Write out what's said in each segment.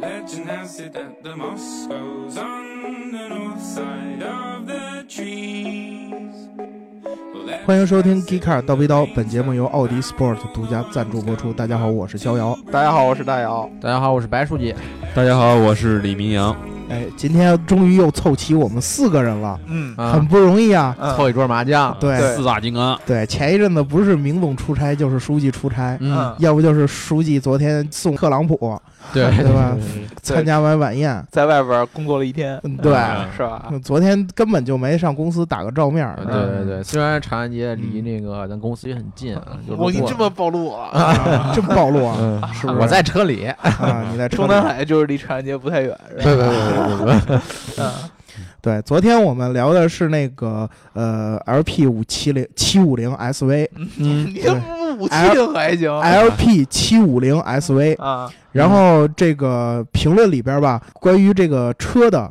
Legend has it that the moss grows on the north side of the trees. 欢迎收听《g e e k a r 刀逼刀》，本节目由奥迪 Sport 独家赞助播出。大家好，我是逍遥。大家好，我是大姚。大家好，我是白书记。大家好，我是李明阳。哎，今天终于又凑齐我们四个人了，嗯，啊很不容易啊。嗯凑一桌麻将，对四大金刚，对，前一阵子不是明总出差，就是书记出差，啊嗯，要不就是书记昨天送特朗普对对吧对参加完晚宴。在外边工作了一天，嗯，对，啊是吧？昨天根本就没上公司打个照面儿。啊对嗯对对，虽然长安街离那个咱公司也很近啊，就我路你过这么暴露我了，啊真暴露啊！嗯，是不是我在车里，啊，你在车中里南海就是离长安街不太远，是吧？对对对对嗯对，昨天我们聊的是那个呃，LP 五七零七五零 SV。嗯你这不武器性还行 LP 七五零 SV，啊？然后这个评论里边吧，关于这个车的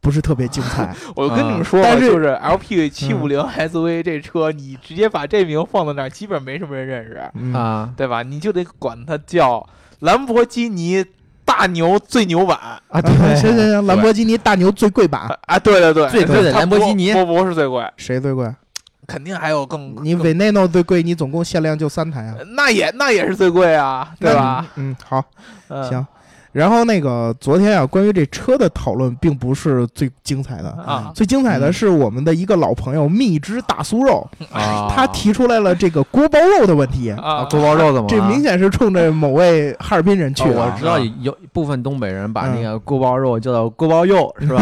不是特别精彩，我跟你们说吧，但是就是 LP 七五零 SV 这车，你直接把这名放到那儿，基本没什么人认识，嗯，啊对吧？你就得管它叫兰博基尼大牛最牛版啊，行行对，行，兰博基尼大牛最贵版，啊啊！对对对，最贵的它兰博基尼不不不是最贵，谁最贵？肯定还有更你更 Veneno 最贵，你总共限量就三台啊，那也那也是最贵啊，对吧？那你？嗯，好，嗯行。然后那个昨天啊，关于这车的讨论并不是最精彩的，啊，最精彩的是我们的一个老朋友蜜汁大酥肉，啊，他提出来了这个锅包肉的问题，啊啊，锅包肉怎么了？这明显是冲着某位哈尔滨人去哦的我啊。知道有部分东北人把嗯那个锅包肉叫做锅包肉，是吧？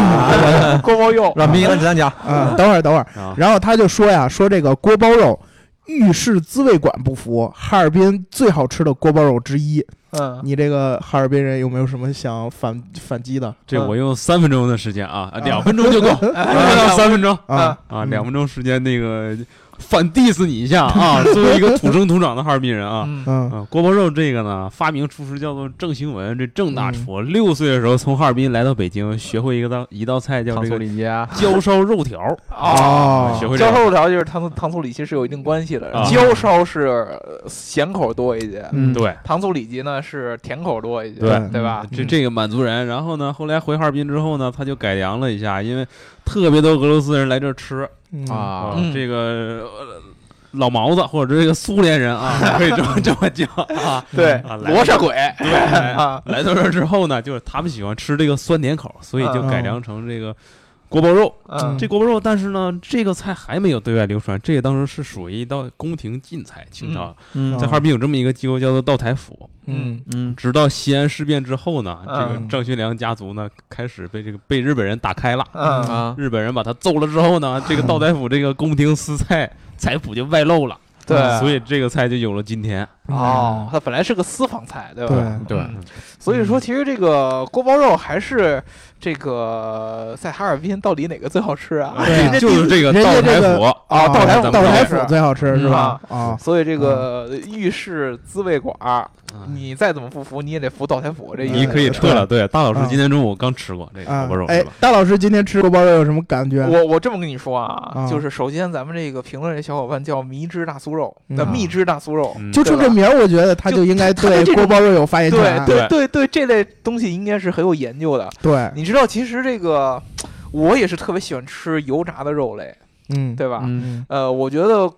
锅包肉让明阳讲讲，啊，等会儿等会儿啊，然后他就说呀，说这个锅包肉，豫式滋味馆不服，哈尔滨最好吃的锅包肉之一。 啊嗯，你这个哈尔滨人有没有什么想反反击的这我用三分钟的时间啊，啊啊两分钟就够，哎不到三分钟啊？啊， 嗯两分钟时间那个反 diss 你一下啊， 作为一个土生土长的哈尔滨人啊。嗯嗯啊，锅包肉这个呢，发明厨师叫做郑兴文，这郑大厨嗯六岁的时候从哈尔滨来到北京，学会一个道一道菜叫糖这醋个里脊啊，焦烧肉条，哦学会这焦个烧肉条就是糖醋糖醋里脊是有一定关系的啊，焦烧是呃咸口多一些，嗯，对，糖醋里脊呢是甜口多一些，对嗯对吧？这这个满族人，然后呢，后来回哈尔滨之后呢，他就改良了一下，因为特别多俄罗斯人来这儿吃，嗯啊嗯这个、呃老毛子或者这个苏联人啊， 可以这么这么 讲啊。对啊，来罗刹鬼对，来啊，来到这儿之后呢，就是他们喜欢吃这个酸甜口，所以就嗯改良成这个锅包肉。嗯这锅包肉，但是呢，这个菜还没有对外流传，这个当时是属于一道宫廷禁菜，清朝、嗯在哈尔滨有这么一个机构叫做道台府。嗯嗯直到西安事变之后呢，这个嗯郑学良家族呢开始被这个被日本人打开了。嗯啊，日本人把他揍了之后呢，这个道台府这个宫廷私菜菜谱就外露了，啊对嗯所以这个菜就有了今天。哦，它本来是个私房菜，对吧？嗯啊对对嗯所以说其实这个锅包肉还是这个在哈尔滨到底哪个最好吃啊？对这就是这个人家道这台个府啊，道台道府台最好府吃最好吃是嗯吧？啊，所以这个豫式滋味馆儿，嗯你再怎么不服，你也得服道台府这意思。你可以撤了。对，大老嗯师今天中午刚吃过这个啊火锅肉，哎是吧，大老师今天吃锅包肉有什么感觉？我我这么跟你说啊嗯啊，就是首先咱们这个评论这小伙伴叫迷之大酥肉，嗯那蜜汁大酥肉，嗯就冲这名儿，我觉得他就应该就他对这种锅包肉有发言对权。对对对，这类东西应该是很有研究的。对，嗯你知道，其实这个我也是特别喜欢吃油炸的肉类，嗯，对吧？嗯，呃，我觉得。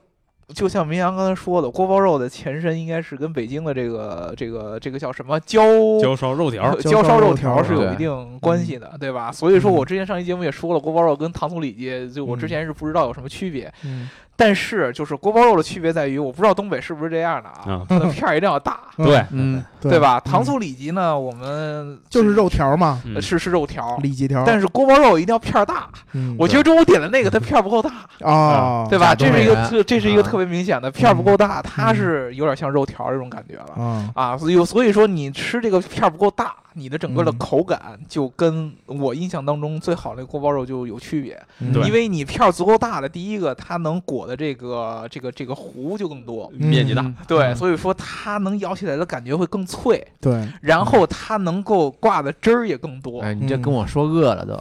就像明阳刚才说的，锅包肉的前身应该是跟北京的这个这个这个叫什么焦 焦烧肉条呃，焦焦烧烧肉肉条条是有对一定关系的，对吧？所以说我之前上期节目也说了，锅包肉跟糖醋里脊，就我嗯之前是不知道有什么区别，嗯但是就是锅包肉的区别在于，我不知道东北是不是这样的啊，啊，它的片儿一定要大，对，嗯对？吧？嗯糖醋里脊呢，我们就是肉条嘛，嗯呃是是肉条。里脊条。但是锅包肉一定要片儿大，嗯我觉得中午点的那个它片儿不够大，哦，对吧？东这是北一个人特这是一个啊特别明显的片儿不够大，它嗯是有点像肉条这种感觉了。啊，啊，所以所以说你吃这个片儿不够大，你的整个的嗯口感就跟我印象当中最好的锅包肉就有区别，嗯对因为你片儿足够大的，第一个它能裹的这个这个这个糊就更多。面积大，嗯对，嗯所以说它能咬起来的感觉会更脆，对，然后它能够挂的汁儿也更多，嗯哎，你这跟我说饿了都，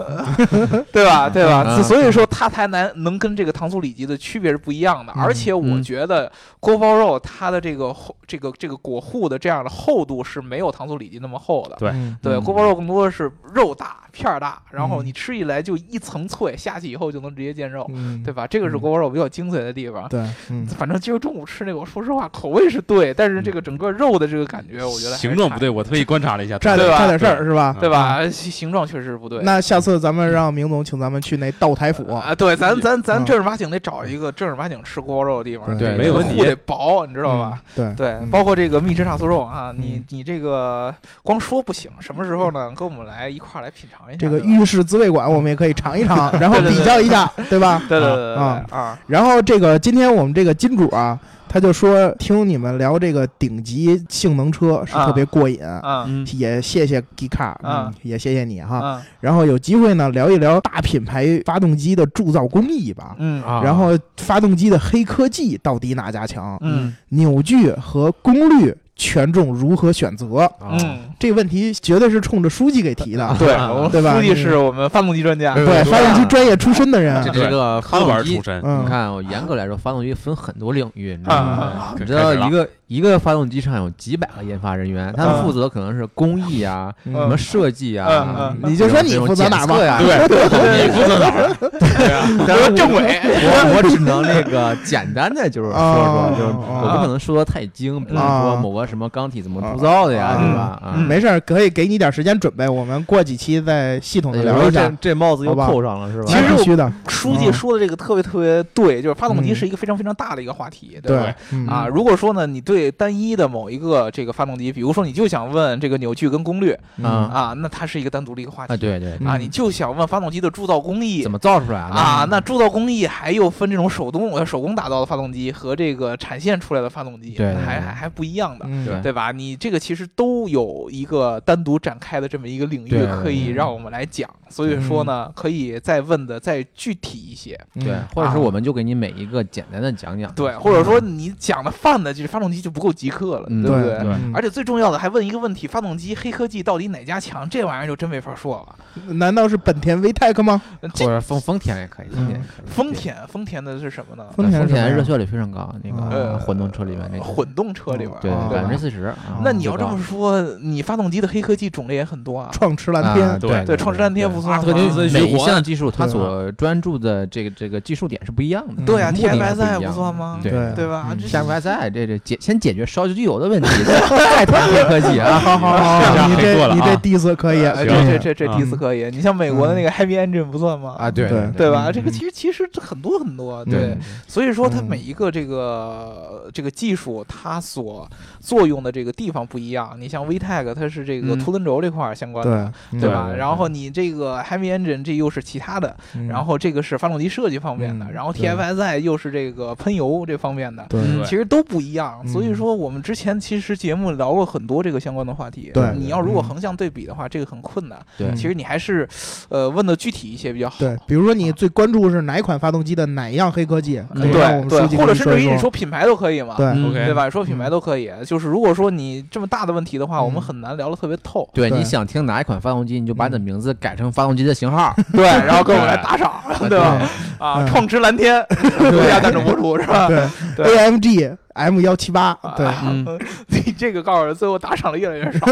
对吧？对吧？嗯所所以说它才能能跟这个糖醋里脊的区别是不一样的。嗯而且我嗯觉得锅包肉它的这个厚这个这个裹糊的这样的厚度是没有糖醋里脊那么厚的。对嗯，嗯对，嗯锅包肉更多的是肉大片儿大，然后嗯你吃一来就一层脆，下去以后就能直接见肉，嗯，对吧？这个是嗯锅包肉比较精髓的地方。对，嗯反正今儿中午吃那个，我说实话口味是对，但是这个整个肉的这个感觉，哎我觉得还是形状差不对，我特意观察了一下，占对点吧占点事儿是吧？对吧？形形状确实不对。啊那下次咱们让明总请咱们去那道台府，啊，对，咱咱咱嗯正儿八经得找一个正儿八经吃锅包肉的地方，对这没个问题户得薄，你知道吧？嗯？对，嗯包括这个蜜汁叉酥肉啊，你嗯你这个光说不行，什么时候呢？跟我们来一块儿来品尝一下对，这个对吧浴室滋味馆我们也可以尝一 尝，然后对对对比较一下，对吧？对对对对啊对啊，然后这个今天我们这个金主啊，他就说听你们聊这个顶级性能车是特别过瘾，啊嗯，也谢谢 g 卡，啊嗯，也谢谢你哈。啊然后有机会呢聊一聊大品牌发动机的铸造工艺吧。嗯啊然后发动机的黑科技到底哪家强？嗯扭矩和功率权重如何选择？啊嗯，这问题绝对是冲着书记给提的，对， 我对们吧书记是我们发动机专家，对对，发动机专业出身的人这，对这个发科动班机出，身，你嗯看，我严格来说，发动机分很多领域，你知啊道啊吗？啊嗯你知道开始了一个一个发动机厂有几百个研发人员，他嗯们负责可能是工艺啊、什么嗯，设计嗯啊嗯，你就说你负责哪儿吧呀？啊对，你负责哪儿？对啊，然后政委，我我只能那个简单的就是说啊说，就是我不可能说得太精，比如说啊某个什么钢体怎么铸造的呀，啊对吧？啊嗯没事儿，可以给你点时间准备，我们过几期再系统的聊说一下这。这帽子又嗯好吧扣上哎了是吧？其实那必须的，书记说的这个特别特别对，就是发动机是一个非常非常大的一个话题，对吧嗯对？嗯啊，如果说呢，你对单一的某一个这个发动机，比如说你就想问这个扭矩跟功率嗯啊，那它是一个单独的一个话题。啊，对对，啊，嗯你就想问发动机的铸造工艺怎么造出来的？啊？那铸造工艺还又分这种手动呃手工打造的发动机和这个产线出来的发动机，对对还对还还不一样的。嗯对对吧？你这个其实都有一个单独展开的这么一个领域对嗯对，对可以让我们来讲。所以说呢，可以再问的再具体一些，对，嗯或者是我们就给你每一个简单的讲讲，嗯啊对，或者说你讲的泛的，就是发动机就不够极客了，嗯对不对对嗯而且最重要的还问一个问题：发动机黑科技到底哪家强？这玩意儿就真没法说了。嗯嗯难道是本田 VTEC 吗？或这者丰丰田也可以，丰田也可以嗯丰田，丰田的是什么呢？丰田丰是什么呀田热效率非常高，那呃个混动车里面那个混动车里边儿，对嗯哦百分吧之？四十。呃啊那哦你要这么说，你发动机的黑科技种类也很多啊。创驰蓝啊天，对对啊对，创世啊蓝天对不算特吗金斯每循一环项技术它对所专注的这个这个技术点是不一样的。对啊目的还不一，TFSI 样不算吗？嗯对对对吧？嗯这下面 SI 这这解先解决烧机油的问题， 再谈黑科技啊！好好好这好，样你黑过这了啊你这 diss 可以，嗯呃行这这这这啊第四可以。你像美国的那个 Happy Engine 不算吗？啊，对对对吧？嗯这个其实其实这很多很多，对对，所以说它嗯每一个这个这个技术，它所作用的这个地方不一样。你像 VTEC，它是这个嗯凸轮轴这块儿相关的，对对对吧？对然后你这个 Heavy Engine 这又是其他的，嗯然后这个是发动机设计方面的，嗯然后对 TFSI 又是这个喷油这方面的。对嗯对其实都不一样，嗯所以说我们之前其实节目聊过很多这个相关的话题。对你要如果嗯横向对比的话，这个很困难。对嗯其实你还是，呃，问的具体一些比较好。对，比如说你最关注是哪一款发动机的哪一样黑科技，可以让我对们书记对，跟或者你甚至于一你说品牌都可以嘛，对，嗯 OK 对吧？说品牌都可以，就是如果说你这么大的问题的话，嗯我们很难聊得特别透。对，对你想听哪一款发动机，你就把嗯你的名字改成发动机的型号，对，然后跟我们来打赏，对吧？啊，嗯创驰蓝 天，独家赞助播出是吧？对对，AMG M 幺七八，对，啊嗯， 呃你这个告诉人，最后打赏的越来越少，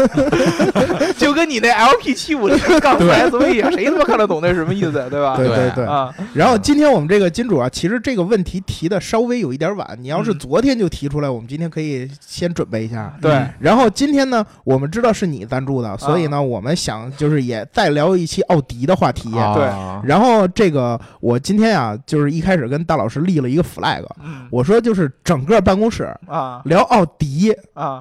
就跟你那 LP 七五零杠四 SV 一样，谁他妈看得懂那是什么意思，对吧？对对对。啊，然后今天我们这个金主啊，其实这个问题提的稍微有一点晚，你要是嗯昨天就提出来，我们今天可以先准备一下。对，然后今天呢，我们知道是你赞助的，所以呢，我们想就是也再聊一期奥迪的话题。对啊，然后这个我今天啊，就是一开始跟大老师立了一个 flag，嗯我说就是整个办公室啊聊奥迪，啊，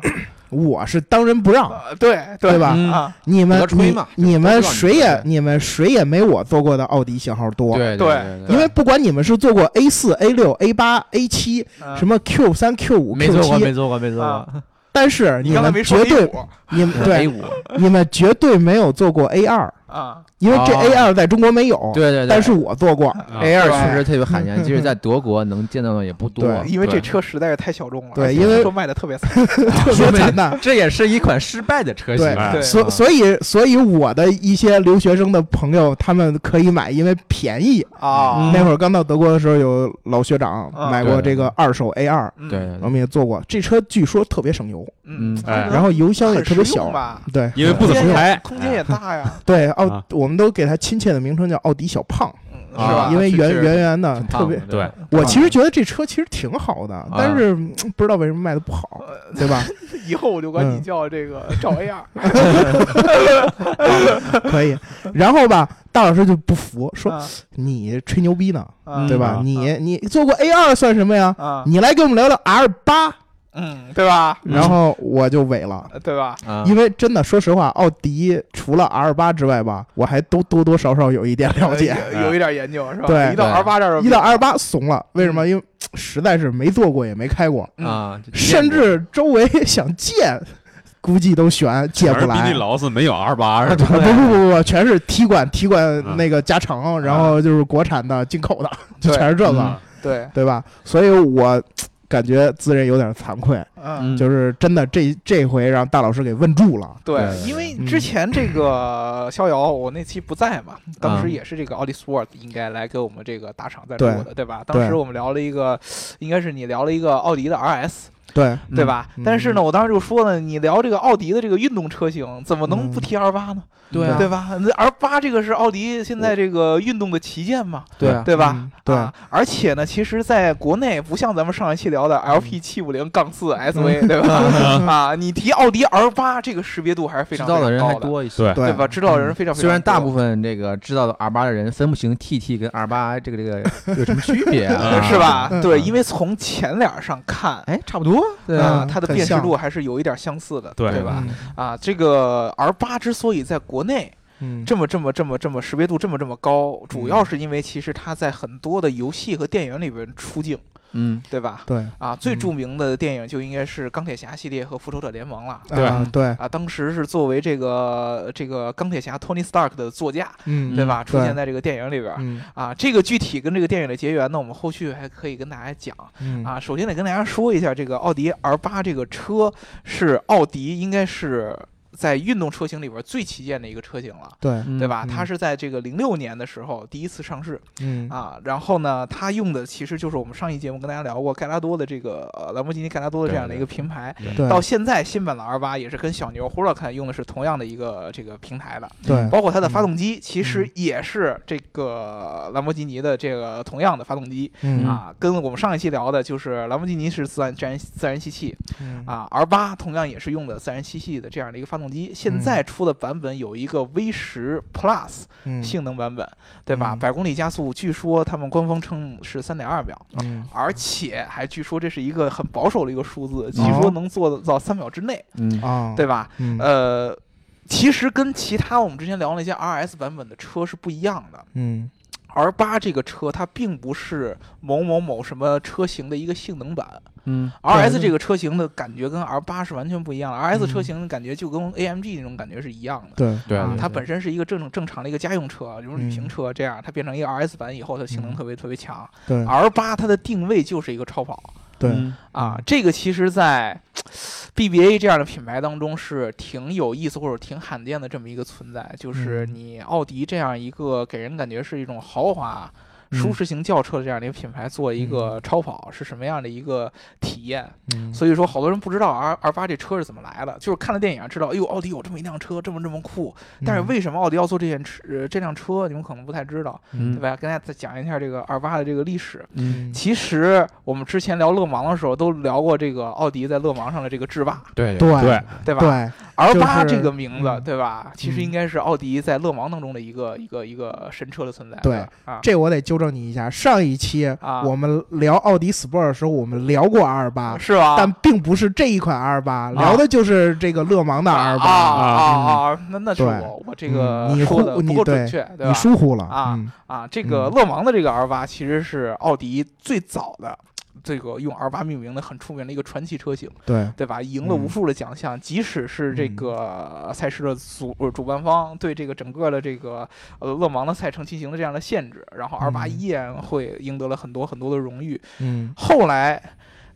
我是当仁不让。啊对对吧嗯啊，你们我吹嘛你你们就不知道谁你也说你们谁也没我做过的奥迪型号多。对对因为不管你们是做过 A 四、A 六、A 八、A 七，啊什么 Q 三、Q 五、没做 Q 过，没七，做过，没做啊过。但是你刚才们没说绝对 A 股你们 A 对五，你们绝对没有做过 A 二，啊，因为这哦 A 二在中国没有，对对对，但是我做过。啊 A 二对确实特别罕 见，即使在德国能见到的也不多啊对。因为这对车实在是太小众了，对而且因为听说卖的特别惨，特别惨淡。这也是一款失败的车型对。哎对所所以，所以我的一些留学生的朋友，他们可以买，因为便宜。啊，嗯那会儿刚到德国的时候，有老学长啊买过对这个二手 A 二，嗯对，我们也做过。这车据说特别省油，嗯嗯，哎然后油箱也特别别不小用，吧？对，因为不怎空间么也哎开，空间也 大呀，对奥、啊我们都给它亲切的名称叫奥迪小胖，嗯是啊吧？因为确圆实圆圆的，挺特胖别的。对吧，我其实觉得这车其实挺好的，但是嗯不知道为什么卖的不好，呃对吧？以后我就管你嗯叫这个赵 AR，可以。然后吧，大老师就不服，说啊你吹牛逼呢，啊对吧？啊你你做过 A 二算什么呀？啊，你来给我们聊聊 R 八。嗯，对吧？嗯然后我就萎了。呃对吧？啊，因为真的，说实话，奥迪除了 R 八之外吧，我还都多多少少有一点了解。呃有有一点研究是吧？哎对一到对 R 八这儿就一到 R 八怂了，为什么？因为嘖实在是没坐过，也没开过，啊，就甚至周围想借，估计都悬，借反不正比来你。劳斯没有 R 八啊，不不不不不，全是踢馆踢馆那个加长，然啊后就是国产的、进口的，就对全是这嗯个，对，对吧？所以我嘖感觉自认有点惭愧，嗯，嗯，就是真的这这回让大老师给问住了。对对，因为嗯之前这个逍遥，我那期不在嘛，当时嗯也是这个奥利 Sword 应该来给我们这个打赏赞助对的，对吧？对当时我们聊了一个，应该是你聊了一个奥迪的 RS，对，对吧？嗯但是呢，我当时就说呢，你聊这个奥迪的这个运动车型，怎么能不提 R 八呢？对啊对吧？那 R 八这个是奥迪现在这个运动的旗舰嘛，对啊，对吧？嗯对啊，而且呢，其实在国内不像咱们上一期聊的嗯 LP 七五零杠四 SV，对 吧？啊，你提奥迪 R 八，这个识别度还是非知常道的人非还常高的，多一些。嗯对对对吧？知道的人非常非常虽然大部分分这个知道的 R 八的人分不清 TT 跟 R 八这个这个有什么区别 啊，呃是吧？嗯对，嗯因为从前脸上看。哎，差不多，对啊啊，，它的很辨识像度还是有一点相似的，对对吧？嗯啊，这个 R 八之所以在国内嗯，这么这么这么这么识别度这么这么高，主嗯要是因为其实它在很多的游戏和电影里边出镜，嗯，对吧？对啊，最嗯著名的电影就应该是钢铁侠系列和复仇者联盟了。对啊对，啊，当时是作为这个这个钢铁侠 Tony Stark 的座驾，嗯，对吧？出对现在这个电影里边儿。嗯啊，这个具体跟这个电影的结缘呢，我们后续还可以跟大家讲嗯啊。首先得跟大家说一下，这个奥迪 R 八这个车是奥迪应该是在运动车型里边儿最旗舰的一个车型了。对，对吧？它嗯是在这个零六年的时候第一次上市嗯啊，然后呢，它用的其实就是我们上一节目跟大家聊过盖拉多的这个呃兰博基尼盖拉多的这样的一个平台。嗯对到现在新版的 R 八也是跟小牛 Huracan 用的是同样的一个这个平台的，对包括它的发动机其实嗯也是这个兰博基尼的这个同样的发动机嗯啊，跟我们上一期聊的就是兰博基尼是自然自然自然吸气嗯啊，R 八同样也是用的自然吸气的这样的一个发动机。现在出的版本有一个 V 十 Plus 嗯性能版本，对吧？嗯百公里加速据说他们官方称是三点二秒，嗯而且还据说这是一个很保守的一个数字，据哦说能做到三秒之内，嗯啊对吧？嗯呃，其实跟其他我们之前聊那些 RS 版本的车是不一样的。嗯 R 八这个车它并不是某某某什么车型的一个性能版嗯，RS 对这个车型的感觉跟 R 八是完全不一样的。嗯 RS 车型的感觉就跟 AMG 那种感觉是一样的。对对啊，它对本身是一个正正常的一个家用车，比如旅行嗯车这样，它变成一个 RS 版以后，它性能嗯特别特别强。对 R 八它的定位就是一个超跑对啊嗯，这个其实在 BBA 这样的品牌当中是挺有意思或者挺罕见的这么一个存在，就是嗯你奥迪这样一个给人感觉是一种豪华。嗯舒适型轿车的这样的一个品牌做一个超跑是什么样的一个体验？嗯所以说好多人不知道 R R 八这车是怎么来的，就是看了电影知道，哎呦，奥迪有这么一辆车，这么这么酷。但是嗯为什么奥迪要做这件车、呃这辆车，你们可能不太知道，对嗯吧？跟大家再讲一下这个 R 八的这个历史。嗯，其实我们之前聊勒芒的时候，都聊过这个奥迪在勒芒上的这个制霸，对啊对对对吧啊对 r 八就是这个名字嗯，对吧？其实嗯应该是奥迪在勒芒当中的一个一个一个神车的存在。对啊，这我得纠正你一下，上一期啊我们聊奥迪 Sport 的时候，我们聊过 R 八。是吧？但并不是这一款 R 八，聊的就是这个勒芒的 R 啊八，啊嗯啊！那那是对我我这个嗯你说的忽不你够对准确，对你吧？疏忽了啊嗯啊，这个嗯勒芒的这个 R 八其实是奥迪最早的这个用 R 八命名的很出名的一个传奇车型，对，对吧？赢了无嗯数的奖项，即使是这嗯个赛事的主呃主办方对这个整个的这个呃勒芒的赛程进行了这样的限制，然后 R 八嗯依然会赢得了很多很多的荣誉。嗯后来。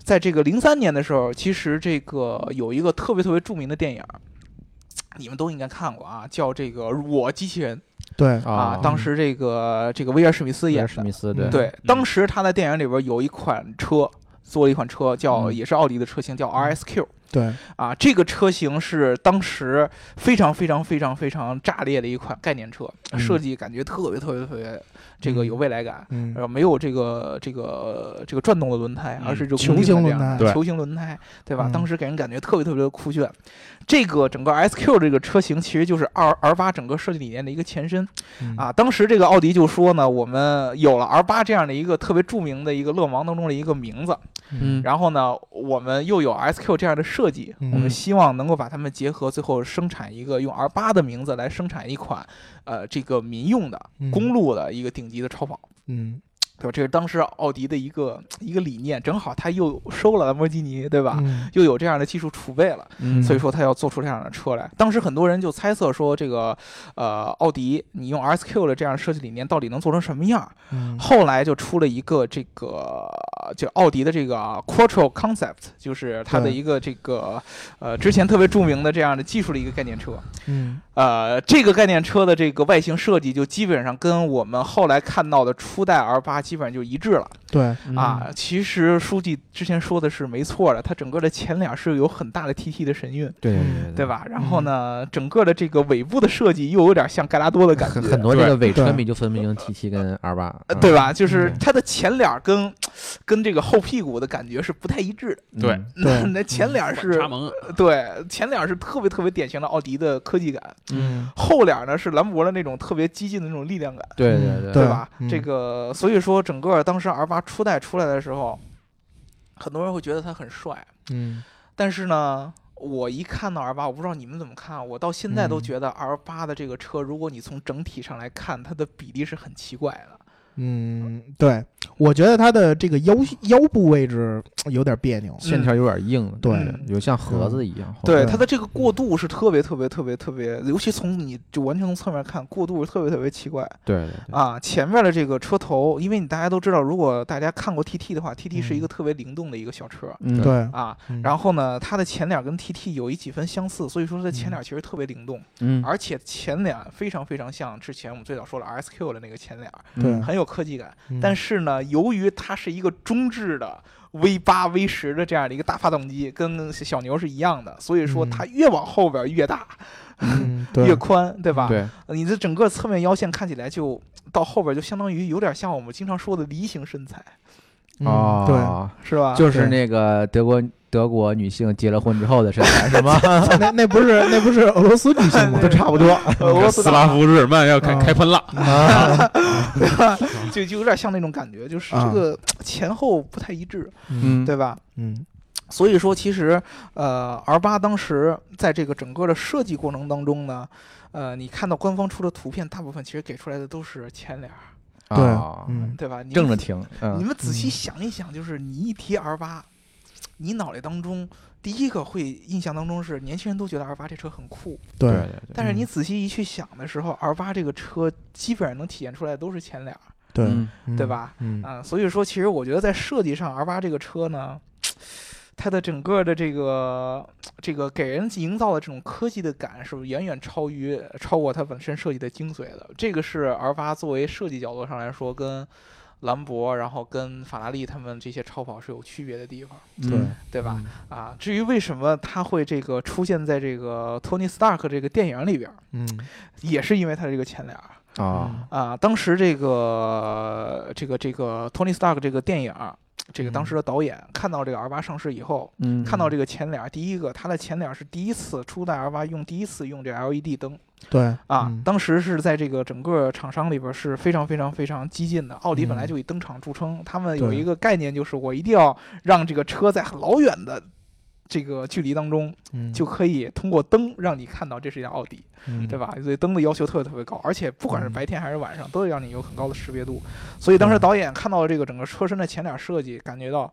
在这个零三年的时候，其实这个有一个特别特别著名的电影，你们都应该看过啊，叫这个《我机器人》。对，啊啊，，当时这个这个威尔史密斯威演尔史的，密斯嗯对对，当时他在电影里边有一款车，做了一款车叫嗯也是奥迪的车型叫 RSQ，对，啊，这个车型是当时非常非常非常非常炸裂的一款概念车，嗯设计感觉特别特别特别这个有未来感。嗯然，后没有这个这个这个转动的轮胎，嗯而是这个球固形定的这轮样的胎对球形轮胎，对吧？嗯当时给人感觉特别特别的酷炫。这个整个 SQ 这个车型其实就是 R R 八整个设计理念的一个前身嗯，啊。当时这个奥迪就说呢，我们有了 R 八这样的一个特别著名的一个勒芒当中的一个名字，嗯，然后呢，我们又有 SQ 这样的设计，嗯我们希望能够把它们结合，最后生产一个用 R 八的名字来生产一款，呃，这个民用的嗯公路的一个顶级的超跑，嗯，对吧？这是当时奥迪的一个一个理念，正好他又收了兰博基尼，对吧？嗯又有这样的技术储备了，嗯所以说他要做出这样的车来。当时很多人就猜测说，这个呃，奥迪你用 SQ 的这样设计理念到底能做成什么样？嗯后来就出了一个这个就奥迪的这个呃 Quattro Concept，就是它的对一个这个呃之前特别著名的这样的技术的一个概念车。嗯呃，这个概念车的这个外形设计就基本上跟我们后来看到的初代 R 八基本上就一致了、对，啊。其实书记之前说的是没错的，它整个的前脸是有很大的 TT 的神韵，对对嗯对对吧？然后呢，整个的这个尾部的设计又有点像盖拉多的感觉很，很多这个伪对车迷就分不清 T 七跟 R 八，呃嗯对？吧？就是嗯它的前脸儿跟跟这个后屁股的感觉是不太一致的。对嗯，对那前脸儿是插蒙，对前脸儿是特别特别典型的奥迪的科技感，嗯，后脸儿呢是兰博的那种特别激进的那种力量感，对嗯对对吧？嗯这个所以说整个当时 R 八初代出来的时候，很多人会觉得它很帅，嗯但是呢。我一看到 R 八，我不知道你们怎么看，啊我到现在都嗯觉得 R 八的这个车，如果你从整体上来看，它的比例是很奇怪的。嗯，对，我觉得它的这个腰腰部位置有点别扭，线条有点硬，对嗯有像盒子一样。对对它的这个过渡是特别特别特别特别，尤其从你就完全从侧面看，过渡是特别特别奇怪对对对，啊。前面的这个车头，因为你大家都知道，如果大家看过 TT 的话，TT 是一嗯个特别灵动的一个小车。嗯，对，啊，嗯然后呢，它的前脸跟 TT 有一几分相似，所以说它的前脸其实特别灵动，嗯，而且前脸非常非常像之前我们最早说了 RSQ 的那个前脸，对很有科技感。嗯但是呢，由于它是一个中置的 V 八 V 十的这样的一个大发动机，跟小牛是一样的，所以说嗯它越往后边越大、 嗯对越宽，对吧？呃对，你的整个侧面腰线看起来就到后边就相当于有点像我们经常说的梨形身材，嗯对，哦，是吧？就是那个德国德国女性结了婚之后的身材是吗？那那不是那不是俄罗斯女性吗？ 都差不多，呃俄罗斯斯拉夫日耳曼要开嗯开喷了，就就有点像那种感觉，就是啊这个前后不太一致，嗯对吧？嗯所以说，其实呃，R 八当时在这个整个的设计过程当中呢，呃，你看到官方出的图片，大部分其实给出来的都是前脸儿，对啊，嗯对吧？你们正着停，你嗯，们仔细嗯想一想，就是你一提 R 八，你脑袋当中第一个会印象当中是年轻人都觉得 R 八这车很酷，对对对对，但是你嗯仔细一去想的时候，R 八这个车基本上能体现出来的都是前脸儿，对嗯嗯对吧？嗯啊，所以说其实我觉得在设计上，R 八这个车呢，它的整个的这个这个给人营造的这种科技的感，是远远超于超过它本身设计的精髓的。这个是 R 八作为设计角度上来说，跟兰博，然后跟法拉利他们这些超跑是有区别的地方，对对吧？嗯啊，至于为什么它会这个出现在这个托尼·斯塔克这个电影里边儿，嗯也是因为它这个前脸儿。啊，啊，当时这个这个这个 Tony Stark 这个电影儿，这个当嗯时的导演看到这个 R 八上市以后，嗯，看到这个前脸儿，第一个它的前脸儿是第一次初代 R 八用第一次用这 LED 灯对啊，嗯当时是在这个整个厂商里边儿是非常非常非常激进的。奥迪本来就以灯厂著称，他们有嗯对一个概念就是我一定要让这个车在很老远的。这个距离当中嗯就可以通过灯让你看到这是一辆奥迪，嗯对吧？所以灯的要求特别特别高，而且不管是嗯白天还是晚上，都得让你有很高的识别度。所以当时对导演看到这个整个车身的前脸设计，感觉到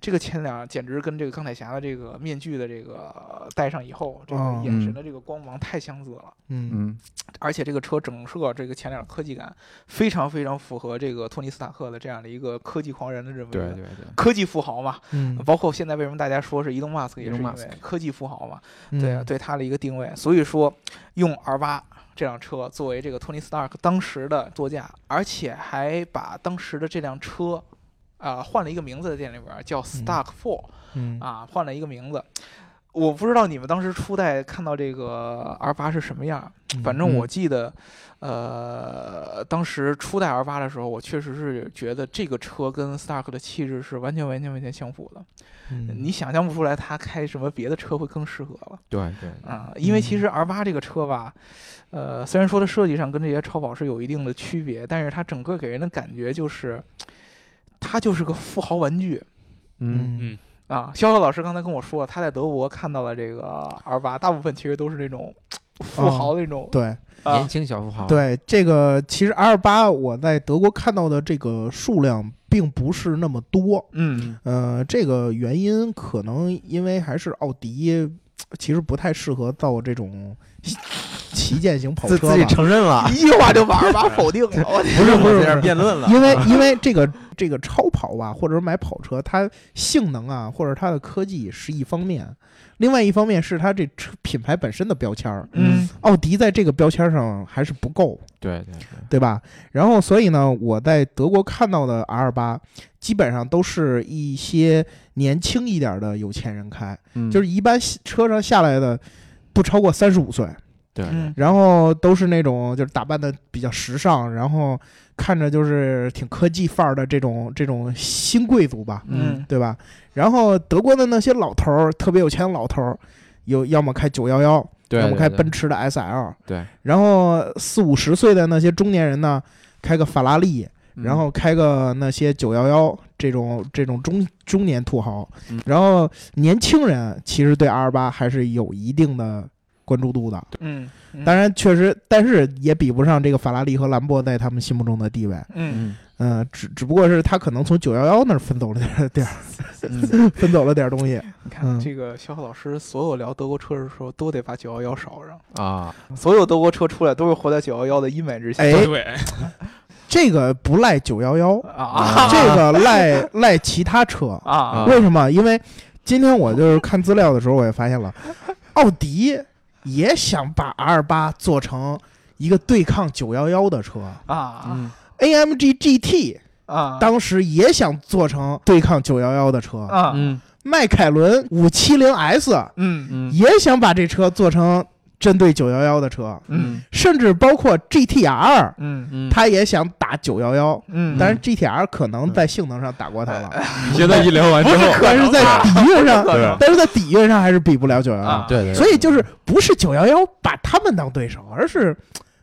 这个前脸简直跟这个钢铁侠的这个面具的这个戴上以后，这个哦眼神嗯的这个光芒太相似了。嗯嗯，而且这个车整个这个前脸科技感非常非常符合这个托尼斯塔克的这样的一个科技狂人的这么一对个对对，科技富豪嘛。嗯包括现在为什么大家说是伊隆马斯克也是 Elon 因 Musk 为科技富豪嘛。嗯 对啊，对它的一个定位。所以说，用 R 八这辆车作为这个托尼·斯塔克当时的座驾，而且还把当时的这辆车，啊、换了一个名字在店里边儿叫 Stark Four、嗯啊，换了一个名字。我不知道你们当时初代看到这个 R 八是什么样，嗯反正我记得，呃，当时初代 R 八的时候，我确实是觉得这个车跟 Stark 的气质是完全完全完全相符的，嗯你想象不出来它开什么别的车会更适合了。对对，啊，因为其实 R 八这个车吧，呃，虽然说它设计上跟这些超跑是有一定的区别，但是它整个给人的感觉就是，它就是个富豪玩具嗯嗯啊。肖肖老师刚才跟我说了，他在德国看到了这个 R 八，大部分其实都是那种富豪那种、对啊年，轻小富豪，，对，这个其实 R 八我在德国看到的这个数量并不是那么多，嗯呃，这个原因可能因为还是奥迪其实不太适合造这种旗舰型跑自车自己吧。承认了，一句话就把 R 八否定了，我不是不是在这儿辩论了，因为因为这个这个超跑吧，或者买跑车，它性能啊，或者它的科技是一方面，另外一方面是它这车品牌本身的标签儿。嗯奥迪在这个标签上还是不够，对对对，对吧？然后，所以呢，我在德国看到的 R 八，基本上都是一些年轻一点的有钱人开，嗯就是一般车上下来的不超过三十五岁，对，嗯然后都是那种就是打扮的比较时尚，然后看着就是挺科技范儿的这种这种新贵族吧，嗯对吧？然后德国的那些老头儿，特别有钱的老头儿，有要么开九幺幺，对要么对开对奔驰的 SL，对，然后四五十岁的那些中年人呢，开个法拉利，嗯然后开个那些九幺幺这种这种中中年土豪嗯，然后年轻人其实对 R 八还是有一定的关注度的，嗯，当然确实，但是也比不上这个法拉利和兰博在他们心目中的地位，嗯嗯嗯、只只不过是他可能从九幺幺那儿分走了点点儿，嗯分走了点儿东西，你看这个肖肖老师，所有聊德国车的时候都得把九幺幺捎上，啊，所有德国车出来都是活在九幺幺的阴霾之下。哎对，这个不赖九幺幺，啊这个赖赖其他车。啊为什么？因为今天我就是看资料的时候，我也发现 了，奥迪也想把 R 八做成一个对抗911的车嗯啊，AMG GT 啊！当时也想做成对抗911的车，啊嗯迈凯伦5 7 0 S 嗯嗯也想把这车做成针对911的车，嗯甚至包括 GTR，嗯嗯，它也想打911，嗯，呃但是 GTR 可能在性能上打过它了。你现在一聊完之后，啊但是在底蕴上可能，但是在底蕴上还是比不了九幺啊幺。对对，所以就是不是九幺幺把他们当对手，而是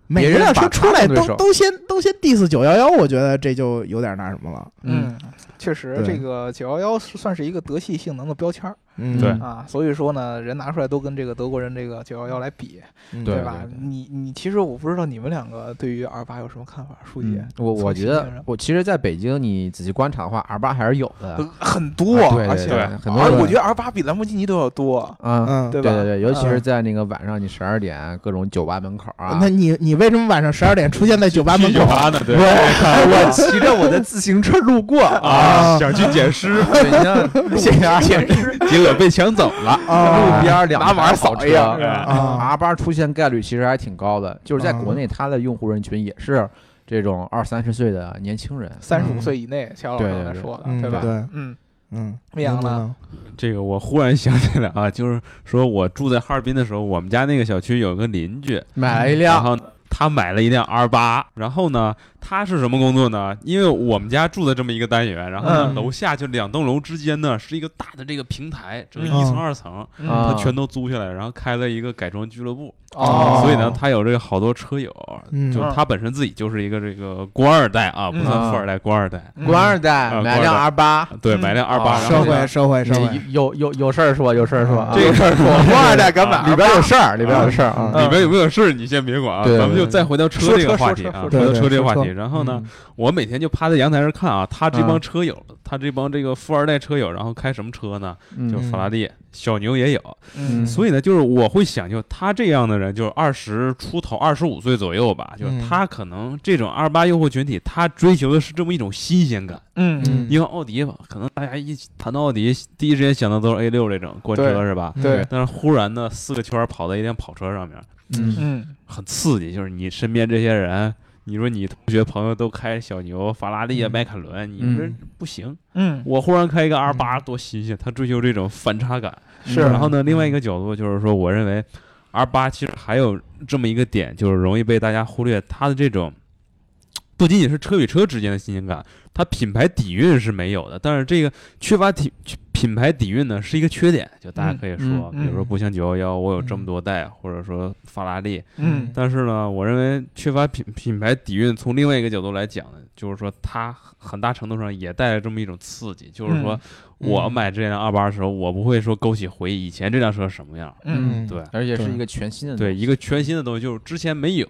每别一人辆把车出来他们对都手都先都先 diss 九幺幺，我觉得这就有点那什么了。嗯，确实对这个九幺幺是算是一个德系性能的标签儿嗯，对啊，所以说呢，人拿出来都跟这个德国人这个九幺幺来比，嗯对吧对？你你其实我不知道你们两个对于 R 八有什么看法，舒姐嗯。我我从觉心态得上我其实在北京，你仔细观察的话，R 八还是有的，很很多，啊对而对且对而很多人我觉得 R 八比兰博基尼都要多，啊，嗯，对对吧？对对，尤其是嗯在那个晚上，你十二点各种酒吧门口啊那，你你为什么晚上十二点出现在酒吧门去酒口？吧呢，对我骑着我的自行车路过啊，想去捡尸，对，你像路边简直结果被抢走了，路啊边两拿马台扫跑一样车是吧啊！ ，R 八出现概率其实还挺高的，就是在国嗯内它的用户人群也是这种二三十岁的年轻人，三十五岁以内，肖老师刚才说的，嗯，吧？对，嗯嗯，魏阳呢呢？ 这个我忽然想起来啊，就是说我住在哈尔滨的时候，我们家那个小区有个邻居，买了一然辆后他买了一辆 R 八，然后呢，他是什么工作呢？因为我们家住的这么一个单元，然后呢，嗯楼下就两栋楼之间呢是一个大的这个平台，整一嗯层二层，啊他全都租下来，然后开了一个改装俱乐部，哦，所以呢，他有这个好多车友，嗯就他本身自己就是一个这个官二代啊，不算嗯富二代，官二代，嗯官二代啊官买二辆代 R 八，对，嗯买辆 R 八，然社后呢会社会嗯社会，有有有事儿是吧？有事儿是吧？这个事儿说我官二代敢啊买里边有事儿，里边有事儿啊。里边有没有事儿你先别管啊，对咱们就对再回到车说这车个话说题车嗯啊，回说车到对车这个说话车题。然后呢，我每天就趴在阳台上看啊，他这帮车友，他这帮这个富二代车友，然后开什么车呢？嗯，就嗯法拉利、小牛也有。嗯所以呢，就是我会想，就他这样的人，就是二十出头、二十五岁左右吧，就是嗯他可能这种二八诱惑群体，他追求的是这么一种新鲜感。嗯，你看奥迪吧，可能大家一谈到奥迪，第一时间想到都是 A 六这种官车对是吧？对，但是忽然呢，四个圈儿跑到一辆跑车上面，嗯嗯很刺激，就是你身边这些人，你说你同学朋友都开小牛、法拉利啊、嗯迈凯伦，你嗯这不行。嗯我忽然开一个 R 八，多新鲜！他追求这种反差感，是然后呢，另外一个角度就是说，我认为 R 八其实还有这么一个点，就是容易被大家忽略，它的这种不仅仅是车与车之间的新鲜感，它品牌底蕴是没有的。但是这个缺乏体品牌底蕴呢，是一个缺点，就大家可以说，嗯嗯比如说不像九幺幺，我有这么多代，或者说法拉利，嗯但是呢，我认为缺乏品品牌底蕴，从另外一个角度来讲呢，就是说它很大程度上也带来这么一种刺激，就是说嗯我买这辆二八的时候，我不会说勾起回忆以前这辆车什么样，嗯对而且是对一个全新的对，东西一个全新的东西，就是之前没有，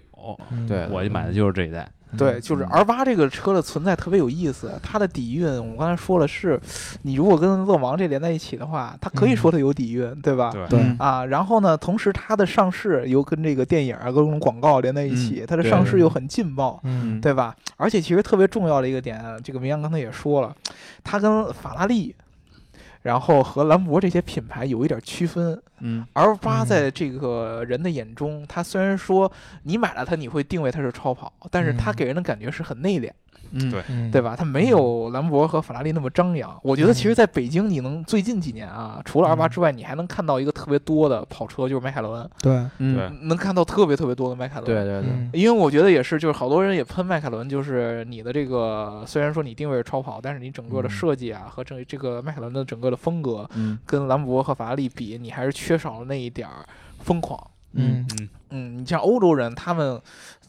嗯对我就买的就是这一代，对，就是 R 八这个车的存在特别有意思，它的底蕴我刚才说了是，你如果跟乐王这连在一起的话，它可以说它有底蕴，对吧？对吧？对嗯啊，然后呢，同时它的上市又跟这个电影啊、各种广告连在一起，它的上市又很劲爆，嗯对吧？而且其实特别重要的一个点，这个明阳刚才也说了，它跟法拉利，然后和兰博这些品牌有一点区分，嗯 R 八嗯在这个人的眼中，它虽然说你买了它，你会定位它是超跑，但是它嗯给人的感觉是很内敛，嗯对嗯对吧？它没有兰博和法拉利那么张扬。我觉得其实在北京，你能最近几年啊，除了 R 八嗯之外，你还能看到一个特别多的跑车，就是迈凯伦，对嗯对能看到特别特别多的迈凯伦。对对对，嗯因为我觉得也是，就是好多人也喷迈凯伦，就是你的这个虽然说你定位是超跑，但是你整个的嗯设计啊和这这个迈凯伦的整个的风格嗯跟兰博和法拉利比，你还是缺少了那一点儿疯狂。嗯嗯，嗯，你像欧洲人，他们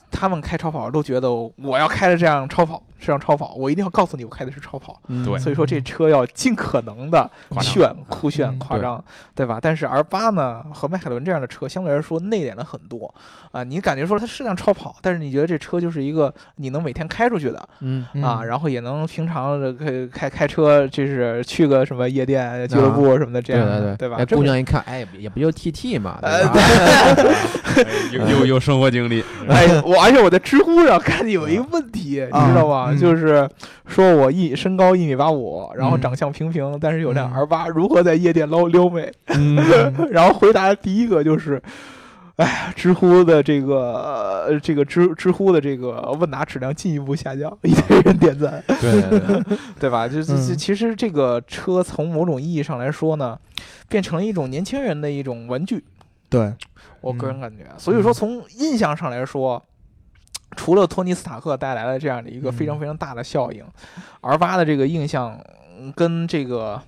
他们开超跑都觉得我要开的这辆超跑，这辆超跑，我一定要告诉你我开的是超跑。嗯对所以说这车要尽可能的夸张炫、酷炫、嗯夸啊对张，对吧？但是 R 八呢和迈凯伦这样的车相对来说内敛了很多啊、你感觉说它是辆超跑，但是你觉得这车就是一个你能每天开出去的嗯啊，然后也能平常的开开开车，就是去个什么夜店、俱乐啊部什么的这对样对的，对，吧？哎这姑么娘一看，哎，也不就 TT 嘛，呃对吧？哎有有有生活经历，哎，我而且我在知乎上看见有嗯一个问题，啊你知道吗？嗯就是说我一身高一米八五，然后嗯长相平平，但是有辆嗯 R 八，如何在夜店捞撩妹？嗯然后回答的第一个就是。哎，知乎的这个呃这个知知乎的这个问答质量进一步下降，一堆人点赞， 对对对，对吧？就就就嗯其实这个车从某种意义上来说呢，变成了一种年轻人的一种玩具，对我个人嗯感觉。啊所以说，嗯从印象上来说，除了托尼·斯塔克带来的这样的一个非常嗯非常大的效应，R 八的这个印象嗯跟这个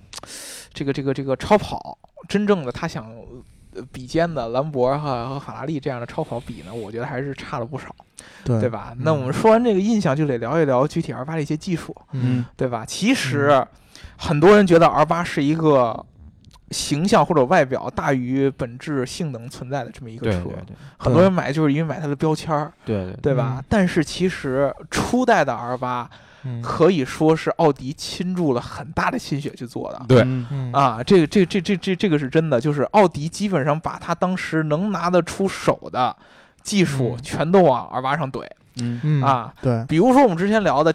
这个这个这个超跑真正的他想呃比肩的兰博和和法拉利这样的超跑比呢，我觉得还是差了不少，对对？吧？那我们说完这个印象，就得聊一聊具体 R 八的一些技术，嗯对吧？其实很多人觉得 R 八是一个。形象或者外表大于本质性能存在的这么一个对车，对很多人买就是因为买它的标签儿，对对对，对吧？嗯但是其实初代的 R 八嗯可以说是奥迪倾注了很大的心血去做的。对嗯嗯啊，这个、这个、这、这、这、这个是真的，就是奥迪基本上把它当时能拿得出手的技术嗯全都往 R 八上怼、嗯嗯啊。对比如说我们之前聊的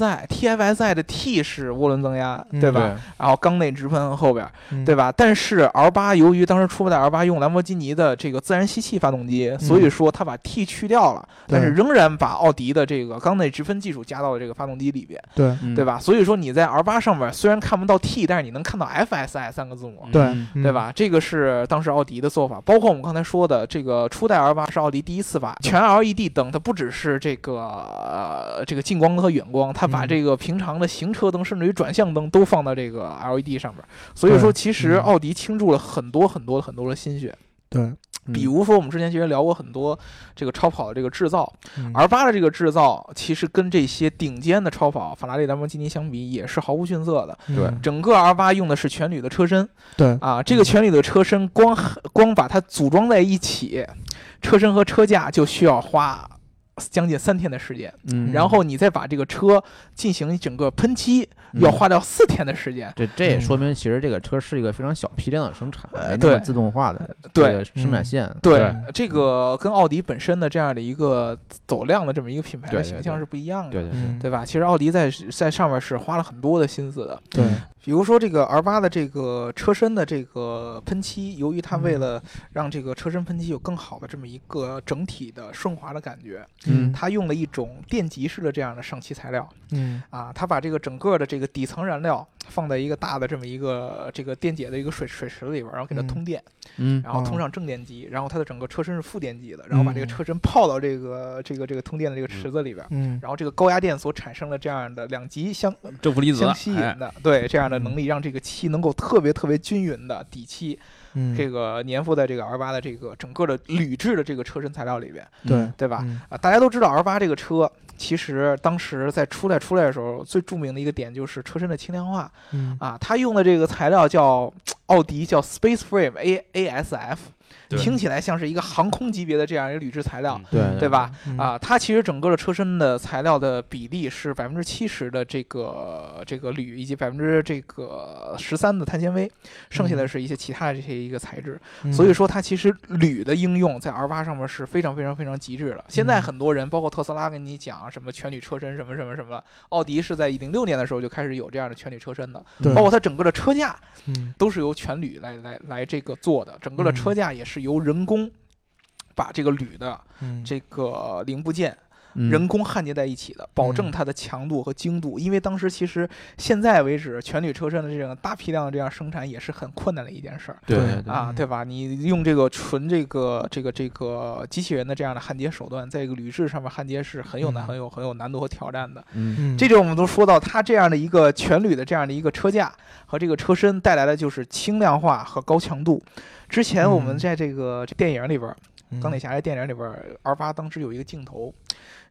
TFSI，TFSI 的 T 是涡轮增压，嗯对对吧？然后缸内直喷后边儿，嗯对吧？吧？但是 R 八由于当时初代 R 八用兰博基尼的这个自然吸气发动机，所嗯以说它把 T 去掉了，但是对仍然把奥迪的这个缸内直喷技术加到了这个发动机里边，对嗯对？吧？所以说你在 R 八上面虽然看不到 T，但是你能看到 FSI 三个字母。对嗯嗯对吧？这个是当时奥迪的做法，包括我们刚才说的这个初代 R 八是奥迪第一次把嗯全 LED 灯，它不只是这个、呃这个近光灯和远光，它把嗯这个平常的行车灯甚至于转向灯都放到这个 LED 上面。所以说，对其实嗯奥迪倾注了很多很多很多的心血。对嗯比如说，我们之前其实聊过很多这个超跑的这个制造嗯，R 八的这个制造其实跟这些顶尖的超跑法拉利、兰博基尼相比也是毫无逊色的。嗯对整个 R 八用的是全铝的车身。对啊，这个全铝的车身光光把它组装在一起，车身和车架就需要花将近三天的时间，嗯，然后你再把这个车进行整个喷漆，要花掉四天的时间。嗯这这也说明，其实这个车是一个非常小批量的生产，呃没那么对呃自动化的这对嗯个生产线。对对这个跟奥迪本身的这样的一个走量的这么一个品牌的对对形象对是不一样的，对对对，嗯对吧？其实奥迪在在上面是花了很多的心思的，对比如说这个 R 八的这个车身的这个喷漆，由于它嗯为了让这个车身喷漆有更好的这么一个整体的顺滑的感觉，嗯它用了一种电极式的这样的上漆材料嗯啊，它把这个整个的这个底层燃料放在一个大的这么一个这个电解的一个水水池里边儿，然后给它嗯通电，嗯然后通哦上正电机，然后它的整个车身是负电机的，然后把这个嗯车身泡到这个这个这个通电的这个池子里边儿，嗯然后这个高压电所产生了这样的两极相正负离子相吸引哎的，对这样的能力，让这个漆能够特别特别均匀的底漆，嗯，这个粘附在这个 R 八的这个整个的铝制的这个车身材料里边对对吧？嗯啊。大家都知道 R 八这个车，其实当时在出来出来的时候，最著名的一个点就是车身的轻量化嗯啊，它用的这个材料叫奥迪叫 Space Frame A A S F，对听起来像是一个航空级别的这样一个铝制材料。嗯对对吧？嗯啊，它其实整个的车身的材料的比例是百分之七十的这个这个铝，以及百分之这个十三的碳纤维，剩下的是一些其他的这些一个材质。嗯所以说，它其实铝的应用在 R 八上面是非常非常非常极致的。现在嗯很多人，包括特斯拉跟你讲什么全铝车身什么什么什么，奥迪是在零六年的时候就开始有这样的全铝车身的，嗯对包括它整个的车架嗯都是由全铝来来来这个做的，整个的嗯车架也是由人工把这个铝的嗯这个零部件。嗯人工焊接在一起的，保证嗯它的强度和精度。因为当时其实现在为止，全铝车身的这种大批量的这样生产也是很困难的一件事儿对对对对啊，嗯对吧？你用这个纯这个这个这个机器人的这样的焊接手段，在一个铝制上面焊接是很有难、嗯很有很有难度和挑战的。嗯嗯这就我们都说到它这样的一个全铝的这样的一个车架和这个车身带来的就是轻量化和高强度。之前我们嗯在这个电影里边，嗯钢铁侠这电影里边，R 八当时有一个镜头，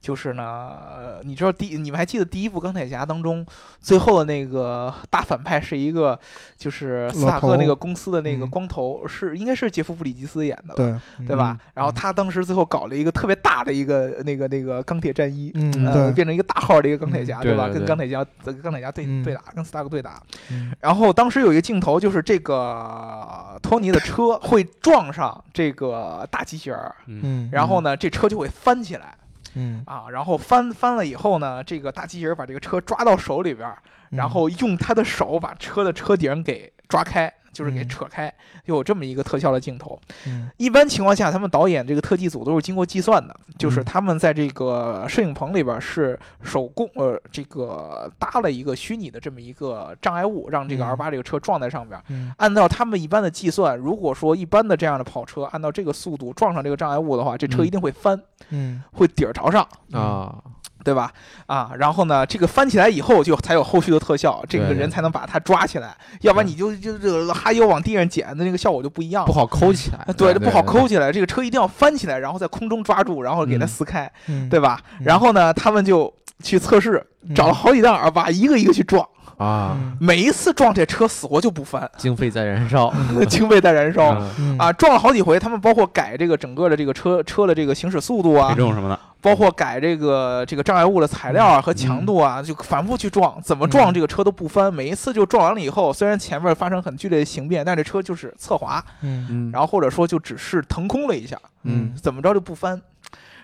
就是呢，呃，你知道第你们还记得第一部钢铁侠当中最后的那个大反派是一个就是斯塔老克头那个公司的那个嗯光头，是应该是杰夫布里吉斯演的吧，对对吧？嗯然后他当时最后搞了一个特别大的一个那个那个钢铁战衣。嗯呃，对变成一个大号的一个钢铁嗯侠，对吧？对跟对钢铁侠、钢铁侠对嗯对打，跟斯塔克对打。嗯然后当时有一个镜头，就是这个托尼的车会撞上这个大机器人儿，嗯然后呢，这车就会翻起来嗯啊，然后翻翻了以后呢，这个大机器人把这个车抓到手里边儿，嗯然后用他的手把车的车顶给抓开，就是给嗯扯开，有这么一个特效的镜头。嗯一般情况下，他们导演这个特技组都是经过计算的，就是嗯他们在这个摄影棚里边儿是手工呃这个搭了一个虚拟的这么一个障碍物，让这个嗯 R 八这个车撞在上边儿。嗯按照他们一般的计算，如果说一般的这样的跑车按照这个速度撞上这个障碍物的话，这车嗯一定会翻，嗯会底儿朝上，啊，对吧？啊，然后呢，这个翻起来以后就才有后续的特效，这个对人才能把它抓起来，要不然你就就这个哈腰往地上捡的那个效果就不一样不了。好哎抠起来啊，对，这不好抠起来，这个车一定要翻起来，然后在空中抓住，然后给它嗯撕开，嗯对吧？嗯然后呢，他们就去测试，找了好几辆 R 八，一个一个去撞，啊，嗯每一次撞这车死活就不翻，经费在燃烧， 经费在燃烧。嗯嗯啊，撞了好几回，他们包括改这个整个的这个车车的这个行驶速度体啊，重什么的，包括改这个这个障碍物的材料啊和强度啊，就反复去撞，怎么撞嗯这个车都不翻，每一次就撞完了以后，虽然前面发生很剧烈的形变，但这车就是侧滑，嗯嗯然后或者说就只是腾空了一下，嗯怎么着就不翻，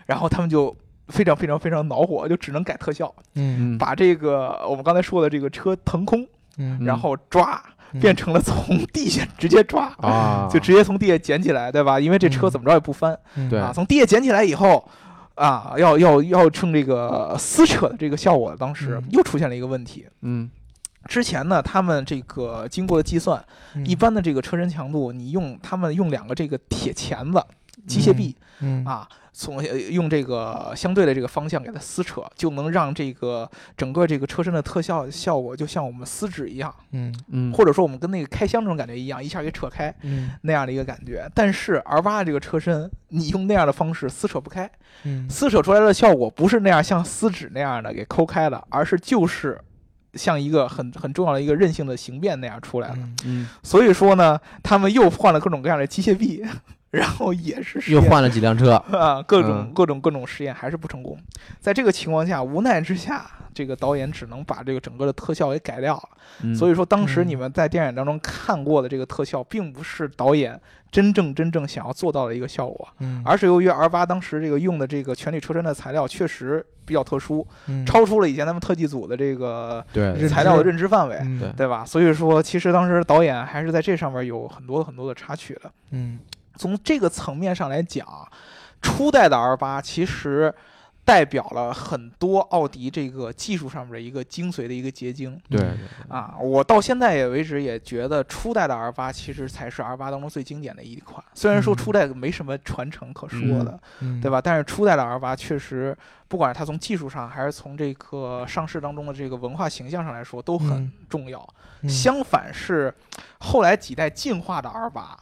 然后他们就。非常非常非常恼火，就只能改特效，嗯嗯把这个我们刚才说的这个车腾空，嗯然后抓，嗯变成了从地下直接抓，啊，就直接从地下捡起来，对吧？因为这车嗯怎么着也不翻，嗯对啊，从地下捡起来以后，啊，要要要冲这个撕扯的这个效果，当时嗯又出现了一个问题。嗯之前呢，他们这个经过计算，嗯一般的这个车身强度，你用他们用两个这个铁钳子、机械臂嗯啊，从呃用这个相对的这个方向给它撕扯，就能让这个整个这个车身的特效效果，就像我们撕纸一样，嗯嗯，或者说我们跟那个开箱那种感觉一样，一下给扯开。嗯那样的一个感觉，但是 R 八这个车身，你用那样的方式撕扯不开，嗯撕扯出来的效果不是那样像撕纸那样的给抠开了，而是就是像一个很很重要的一个韧性的形变那样出来了。嗯嗯所以说呢，他们又换了各种各样的机械臂， 然后也是实又验换了几辆车，啊，各种、嗯各种各种实验还是不成功。在这个情况下，无奈之下，这个导演只能把这个整个的特效给改掉了。所以说，当时你嗯们在电影当中看过的这个特效，并不是导演真正真正想要做到的一个效果。嗯而是由于 R 八当时这个用的这个全铝车身的材料确实比较特殊，嗯超出了以前他们特技组的这个对认知材料的认知范围，嗯对对吧？所以说，其实当时导演还是在这上面有很多很多的插曲的。嗯从这个层面上来讲，初代的 R 八其实代表了很多奥迪这个技术上面的一个精髓的一个结晶对嗯啊！我到现在也为止也觉得初代的 R 八其实才是 R 八当中最经典的一款，虽然说嗯初代没什么传承可说的，嗯对？吧？但是初代的 R 八确实，不管是它从技术上还是从这个上市当中的这个文化形象上来说，都很嗯重要。嗯相反是后来几代进化的 R 八。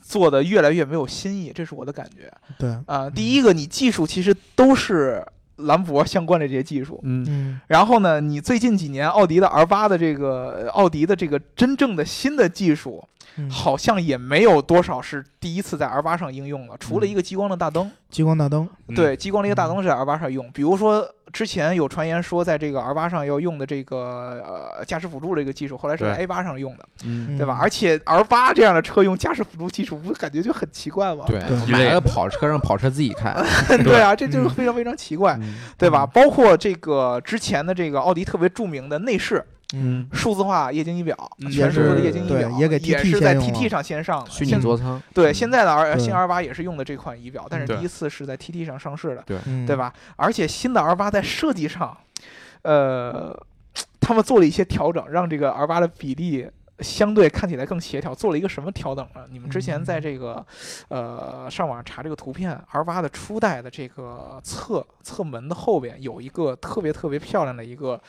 做的越来越没有新意，这是我的感觉对，啊、呃第一个，你技术其实都是兰博相关的这些技术，嗯，嗯然后呢，你最近几年奥迪的 R 八的这个呃奥迪的这个真正的新的技术，嗯，好像也没有多少是第一次在 R 八上应用了，除嗯了一个激光的大灯，激光大灯，嗯对，激光雷大灯是在 R 八上用。比如说，之前有传言说，在这个 R 八上要用的这个呃驾驶辅助这个技术，后来是在 A 八上用的，嗯，对吧？嗯而且 R 八这样的车用驾驶辅助技术，不感觉就很奇怪吗？ 对对买了个跑车，让跑车自己开。对对啊，这就是嗯非常非常奇怪，嗯对吧？包括这个之前的这个奥迪特别著名的内饰嗯数字化液晶仪表，嗯全也时是的液晶仪对表，也给 TT 是在先用 TT 了嗯上先上的虚现拟座舱，对，现在的 R 新对 R 八也是用的这款仪表，但是嗯对第一次是在 TT 上上市的。嗯，对？吧？而且新的 R 八在设计上，呃，他们做了一些调整，让这个 R 八的比例相对看起来更协调。做了一个什么调整呢？你们之前嗯在这个呃上网查这个图片，R 八的初代的这个侧侧门的后边有一个特别特别漂亮的一个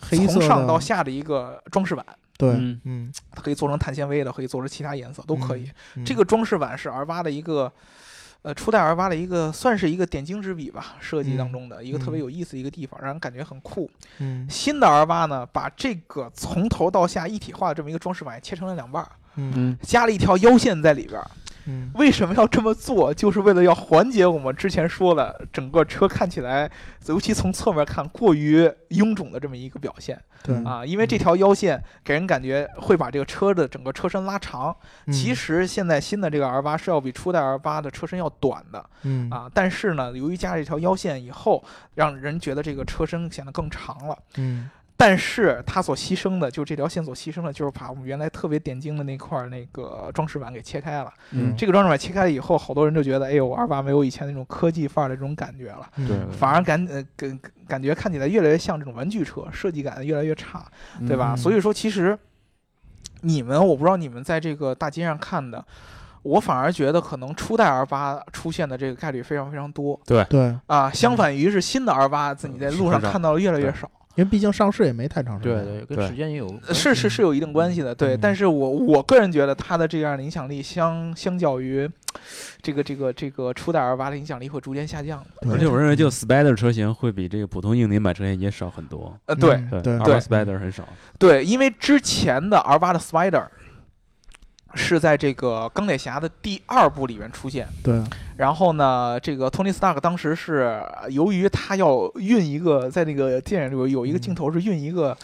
黑色从的上到下的一个装饰板，对，嗯嗯，它可以做成碳纤维的，可以做成其他颜色都可以。嗯这个装饰板是 R 八的一个，呃，初代 R 八的一个算是一个点睛之笔吧，设计当中的一个特别嗯有意思的一个地方，让人感觉很酷。嗯新的 R 八呢，把这个从头到下一体化的这么一个装饰板切成了两半儿，嗯嗯，加了一条腰线在里边儿。嗯为什么要这么做？就是为了要缓解我们之前说的整个车看起来，尤其从侧面看过于臃肿的这么一个表现对啊。因为嗯这条腰线给人感觉会把这个车的整个车身拉长，嗯其实现在新的这个 R 八是要比初代 R 八的车身要短的嗯啊，但是呢，由于加了一条腰线以后，让人觉得这个车身显得更长了。嗯但是它所牺牲的，就这条线所牺牲的，就是把我们原来特别点睛的那块儿那个装饰板给切开了。嗯这个装饰板切开了以后，好多人就觉得，哎呦，R 八没有以前那种科技范儿的这种感觉了，嗯对，反而感呃感感觉看起来越来越像这种玩具车，设计感越来越差。对吧？嗯所以说，其实你们，我不知道你们在这个大街上看的，我反而觉得可能初代 R 八出现的这个概率非常非常多对，啊，相反于是新的 R 八，你在路上看到的越来越少。因为毕竟上市也没太长时对间，对，对跟时间也有关嗯是是是有一定关系的，对，嗯但是我我个人觉得它的这样的影响力相相较于这个这个这个初代 R 八的影响力会逐渐下降的，对嗯而且我认为，就 Spider 车型会比这个普通硬顶版车型也少很多。呃，对、嗯对对，R 对 Spider 很少。对，因为之前的 R 八的 Spider 是在这个钢铁侠的第二部里面出现，对，然后呢，这个托尼·斯塔克当时是呃由于他要运一个，在那个电影里有一个嗯镜头是运一个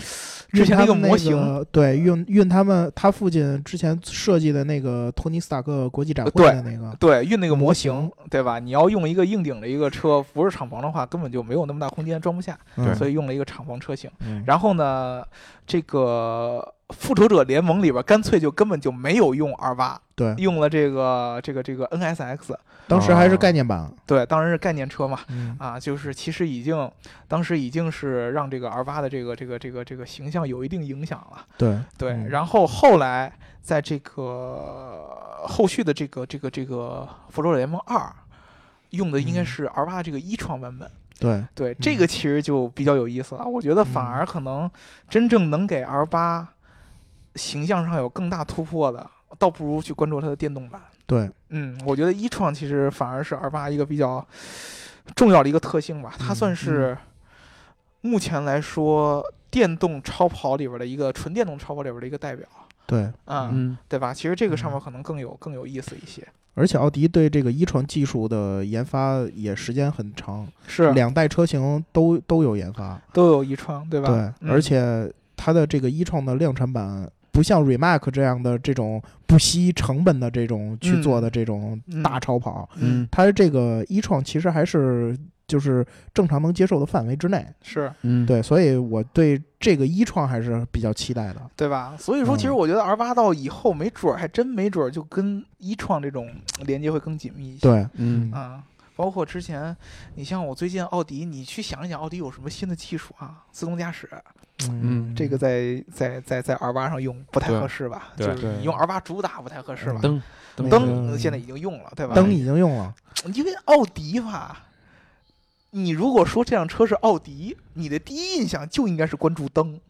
之前那一个模型，个对，运运他们他父亲之前设计的那个托尼斯塔克国际展会对的那个，对，运那个模模型，型对吧？你要用一个硬顶的一个车，不是厂房的话，根本就没有那么大空间装不下，嗯所以用了一个厂房车型。嗯然后呢，这个复仇者联盟里边干脆就根本就没有用 R 八，对，用了这个这个这个 NSX，当时还是概念版，对，当然是概念车嘛。嗯啊，就是其实已经，当时已经是让这个 R 八的这个这个这个这个形象有一定影响了。对对，嗯然后后来在这个后续的这个这个这个复仇者联盟二，用的应该嗯是 R 八这个一创版本。对，对，这个其实就比较有意思了。我觉得反嗯而可能真正能给 R 八形象上有更大突破的，倒不如去关注它的电动版。对，嗯，我觉得一创其实反而是 R 八一个比较重要的一个特性吧，它嗯算是目前来说电动超跑里边的一个纯电动超跑里边的一个代表对，啊、嗯，对吧？其实这个上面可能更有更有意思一些，而且奥迪对这个一传技术的研发也时间很长，是两代车型都都有研发，都有一创对吧？对，嗯而且它的这个一创的量产版。不像 Remac 这样的这种不惜成本的这种去做的这种嗯大超跑，嗯它这个一创其实还是就是正常能接受的范围之内。是嗯，对，所以我对这个一创还是比较期待的。对吧？所以说，其实嗯我觉得 R 八到以后没准儿还真没准儿就跟一创这种连接会更紧密一些对，嗯啊。包括之前，你像我最近奥迪，你去想一想奥迪有什么新的技术啊？自动驾驶，嗯这个在在在在 R 八上用不太合适吧？对就是你用 R 八主打不太合适吧？灯那个灯现在已经用了，对吧？嗯灯已经用了，因为奥迪吧，你如果说这辆车是奥迪，你的第一印象就应该是关注灯。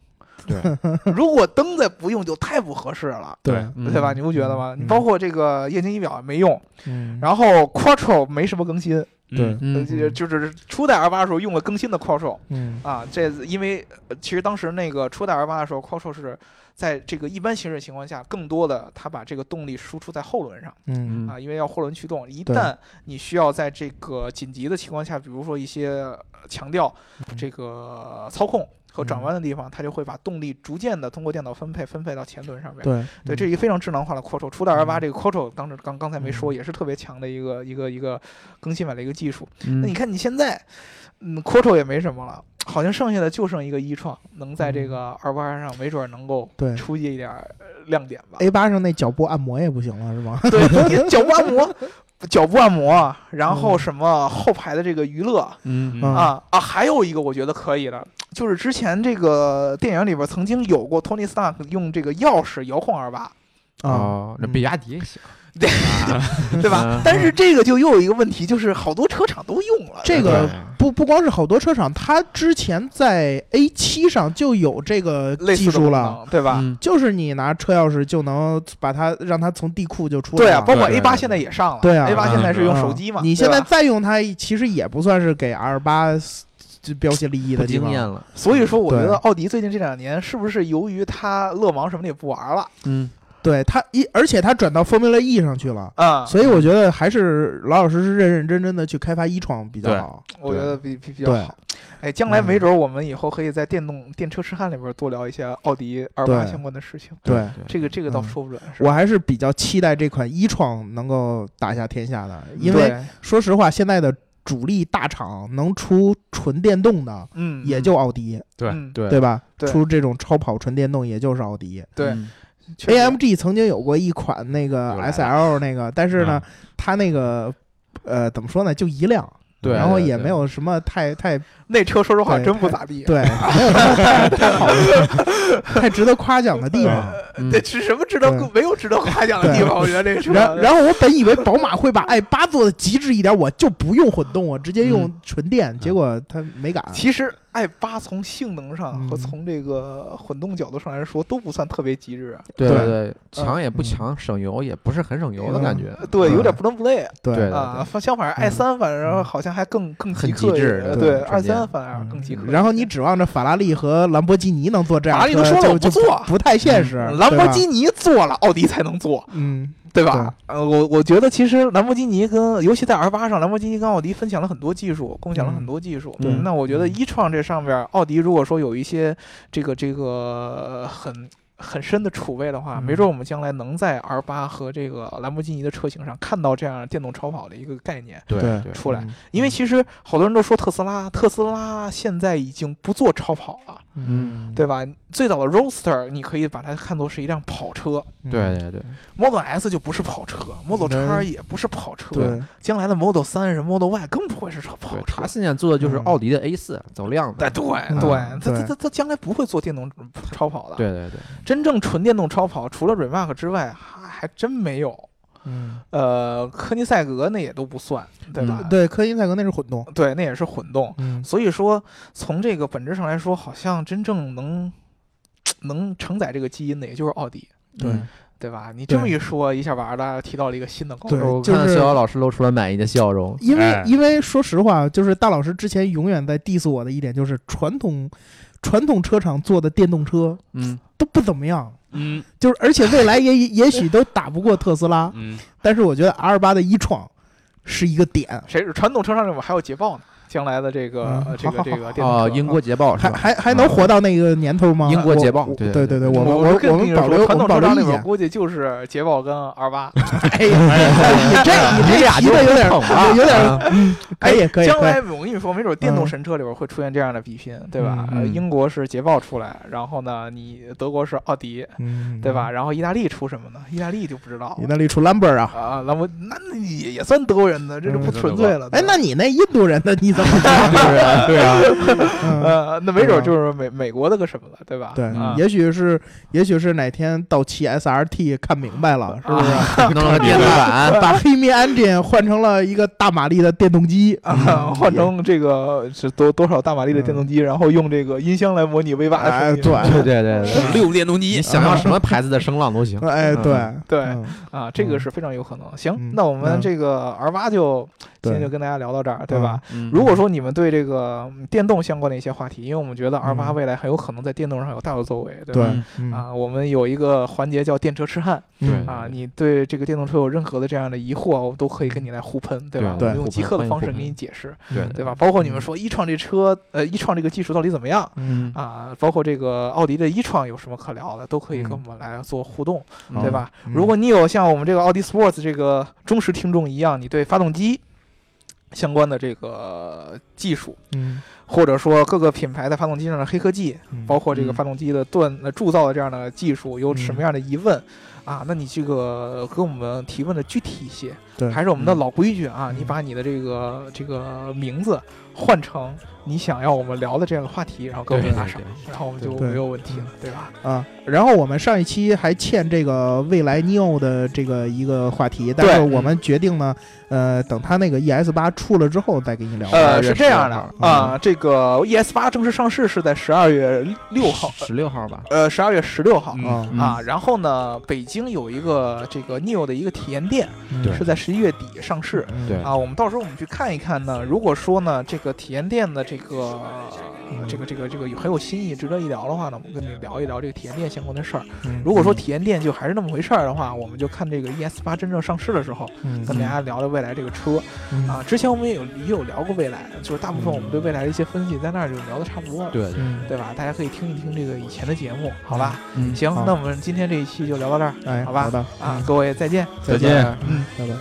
对 如果灯再不用，就太不合适了，对嗯对吧？你不觉得吗？嗯你包括这个液晶仪表也没用，嗯，然后 Quattro 没什么更新，对嗯，呃嗯就就是初代 R 八的时候用了更新的 Quattro 嗯啊，这因为呃其实当时那个初代 R 八的时候，Quattro 是在这个一般行驶情况下，更多的它把这个动力输出在后轮上。嗯啊，因为要后轮驱动，一对旦你需要在这个紧急的情况下，比如说一些呃强调嗯这个操控和转嗯弯的地方，它就会把动力逐渐的通过电脑分配分配到前轮上面。对对，这是一个非常智能化的 Quattro。除了 R 八嗯这个 Quattro，当时刚刚才没说，嗯也是特别强的一个一个一个更新版的一个技术。那你嗯看你现在，嗯，Quattro 也没什么了，好像剩下的就剩一个一创，能在这嗯个 R 八上没准儿能够对哎出一点儿呃亮点吧。 A 八上那脚部按摩也不行了是吗？ 对，你脚部按摩，脚部按摩，然后嗯什么后排的这个娱乐嗯嗯啊啊，还有一个我觉得可以的，就是之前这个电影里边曾经有过 Tony Stark 用这个钥匙遥控 R 八，啊，哦，那比亚迪也行，对吧嗯？但是这个就又有一个问题，就是好多车厂都用了这个嗯不不光是好多车厂，它之前在 A 七上就有这个类似技的术功了。能，对吧？嗯就是你拿车钥匙就能把它让它从地库就出来对啊，了，包括对 A 对八对现在也上了，嗯对啊 a 八嗯现在是用手嗯机嘛？你对现在吧再用它，其实也不算是给 R 八标新立异不的地惊艳方。了，所以说我觉对得奥迪最近这两年是不是由于它勒芒什么的也不玩了嗯对它一，而且它转到 Formula E 上去了。啊？所以我觉得还是老老实实、认认真真的去开发一创比较对好。我觉得比比比较对好。哎，将来嗯没准儿我们以后可以在电动电车痴汉里边儿多聊一些奥迪 R 八对相关的事情。对，这个这个倒嗯说不准，是我吧？还是比较期待这款一创能够打下天下的，因为对说实话，现在的主力大厂能出纯电动的嗯，也就奥迪，嗯对对吧？对出这种超跑纯电动也就是奥迪。对嗯确实 AMG 曾经有过一款那个又来了 SL 那个，但是呢，嗯它那个呃怎么说呢，就一辆，对然后对也对没有什么太太那车说实话对真不咋地，对，没有什么太太好的、 太值得夸奖的地方。嗯这是什么值得对没有值得夸奖的对地方？我觉得这车，然然后我本以为宝马会把 i 八做的极致一点，我就不用混动，我直接用嗯纯电，结果它没敢。其实 i 八从性能上和嗯从这个混动角度上来说都不算特别极致，对对对对，强也不强，省油也不是很省油的感觉，对，有对点不伦不类对对啊。反相反嗯，i 三反而好像还更更很极客极一致点，对对瞬，i 三间反而啊更极客一些。嗯然后你指望着法拉利和兰博基尼能做这样法的拉利车，都说了我就不就做嗯不太现实。兰博对吧基，尼做了，奥迪才能做，嗯，对吧？呃，我我觉得其实兰博基尼跟，尤其在 R 八上，兰博基尼跟奥迪分享了很多技术，共享了很多技术。嗯那我觉得一创这上边儿，奥迪如果说有一些这个这个呃很很深的储备的话，嗯没准我们将来能在 R 八和这个兰博基尼的车型上看到这样电动超跑的一个概念。嗯对对对出来，因为嗯其实好多人都说特斯拉，特斯拉现在已经不做超跑了，嗯，对吧？最早的 Roadster 你可以把它看作是一辆跑车，嗯对对对， Model S 就不是跑车，Model 对 X 也不是跑车，对将来的 Model 三是 Model Y 更不会是车跑对车他。现在做的就是嗯奥迪的 A 四走量哎，的，啊对嗯对，嗯它它对它它将来不会做电动超跑的。，对对对，真正纯电动超跑，除了 Rimac 之外，还还真没有。嗯呃，科尼赛格那也都不算，对吧？对，科音赛格那是混动。对，那也是混动。嗯，所以说，从这个本质上来说，好像真正能能承载这个基因的，也就是奥迪，对嗯对吧？你这么对一说，一下把大家提到了一个新的高对度。我就看到是嗯逍遥老师露出了满意的笑容。因为哎因为说实话，就是大老师之前永远在 diss 我的一点就是传统传统车厂做的电动车嗯，都不怎么样，嗯就是而且未来也也许都打不过特斯拉，嗯，但是我觉得 R 八的一创是一个点，谁传统车上这我还有捷豹呢？将来的这个、呃嗯这好个这个电啊动车哦，英国捷豹是还吧？嗯还还能活到那个年头吗？英国我捷豹我对对对对，我我们我跟我你们说保留我传们统保车留上那意会儿见。估计就是捷豹跟 R 八，哎呀， 你这你这俩提的有点啊，有点 嗯可以可以哎将可以嗯来我跟你说，没准电动神车里边会出现这样的比拼，对吧？嗯呃嗯英国是捷豹出来，然后呢，你德国是奥迪，嗯，对吧？然后意大利出什么呢？意大利就不知道你了那里出兰博啊？啊。那我那也也算德国人的，这就不纯粹了。哎对，吧那你那印度人的你怎么知道？ 对啊，嗯呃，那没准就是美美国的个什么了，对吧？对嗯啊，也许是，也许是哪天到期 SRT 看明白了，是啊不是？弄了个电子版，把黑米 engine 换成了一个大马力的电动机，嗯啊， 换成这个是多多少大马力的电动机，然后用这个音箱来模拟 V 八的声哎，音。对，对对对对，六电动机你想要什么牌子的声浪 都行。哎，对对嗯啊，这个嗯是非常有可能。行嗯，那我们嗯这个 R 八就今天就对，跟大家聊到这儿，对吧？嗯如果说你们对这个嗯电动相关的一些话题，因为我们觉得 R 八嗯未来很有可能在电动上有大有作为，对对吧？，嗯啊，我们有一个环节叫电车痴汉嗯啊，你对这个电动车有任何的这样的疑惑，我都可以跟你来互喷，对吧？对啊我们用互喷极客的欢迎方式互给喷嗯你解释，嗯对对吧？包括你们说一创这车，呃，一创这个技术到底怎么样？嗯，啊，包括这个奥迪的一创有什么可聊的，都可以跟我嗯们来做互动，嗯对吧？嗯如果你有像我们这个奥迪 Sports 这个忠实听众一样，你对发动机相关的这个技术，嗯，或者说各个品牌在发动机上的黑科技，嗯包括这个嗯发动机的锻呃铸造的这样的技术，有什么嗯样的疑问啊？那你这个跟我们提问的具体一些，对还是我们的嗯老规矩啊，嗯你把你的这个这个名字换成你想要我们聊的这样的话题，然后给我们对打对赏，然后我们就对对没有问题了，对吧？啊，然后我们上一期还欠这个未来 neo 的这个一个话题，但是对我们决定呢，呃，等它那个 ES 八出了之后再跟你聊。呃， 12月是这样的12嗯啊，这个 ES 八正式上市是在十二月六号，十六号吧，呃，十二月十六号。啊嗯啊，然后呢，北京有一个这个 Neo 的一个体验店，嗯对是在十一月底上市，嗯对啊，我们到时候我们去看一看呢。如果说呢，这个体验店的这个、嗯这个这个这个有很有新意，值得一聊的话呢，我们跟你聊一聊这个体验店相关的事儿。嗯如果说体验店就还是那么回事儿的话，我们就看这个 ES 八真正上市的时候，嗯跟大家聊聊未来这个车嗯啊。之前我们也有也有聊过未来，就是大部分我们对未来的一些分析，在那儿就聊的差不多了，对，嗯对吧？大家可以听一听这个以前的节目，好吧？嗯行好，那我们今天这一期就聊到这儿哎，好吧好的啊嗯，各位再见。再见嗯，拜拜。